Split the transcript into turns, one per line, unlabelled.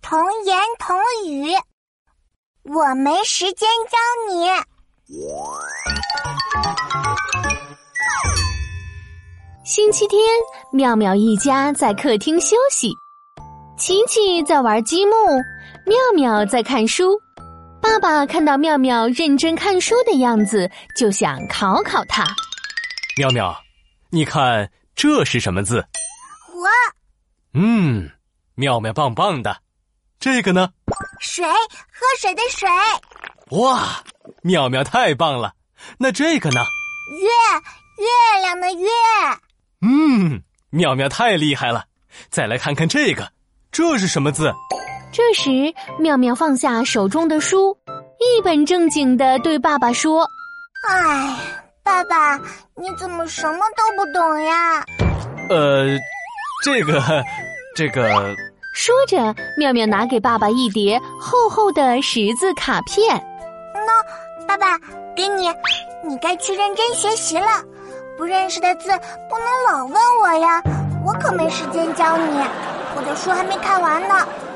童言童语，我没时间教你。
星期天，妙妙一家在客厅休息，琪琪在玩积木，妙妙在看书。爸爸看到妙妙认真看书的样子，就想考考他。
妙妙，你看这是什么字？
我，
嗯，妙妙棒棒的。这个呢？
水，喝水的水。
哇，妙妙太棒了。那这个呢？
月，月亮的月。
嗯，妙妙太厉害了。再来看看这个，这是什么字？
这时，妙妙放下手中的书，一本正经的对爸爸说：“
哎，爸爸，你怎么什么都不懂呀？”
呃，这个，这个。
说着，妙妙拿给爸爸一叠厚厚的识字卡片。
喏，爸爸，给你，你该去认真学习了。不认识的字不能老问我呀，我可没时间教你。我的书还没看完呢。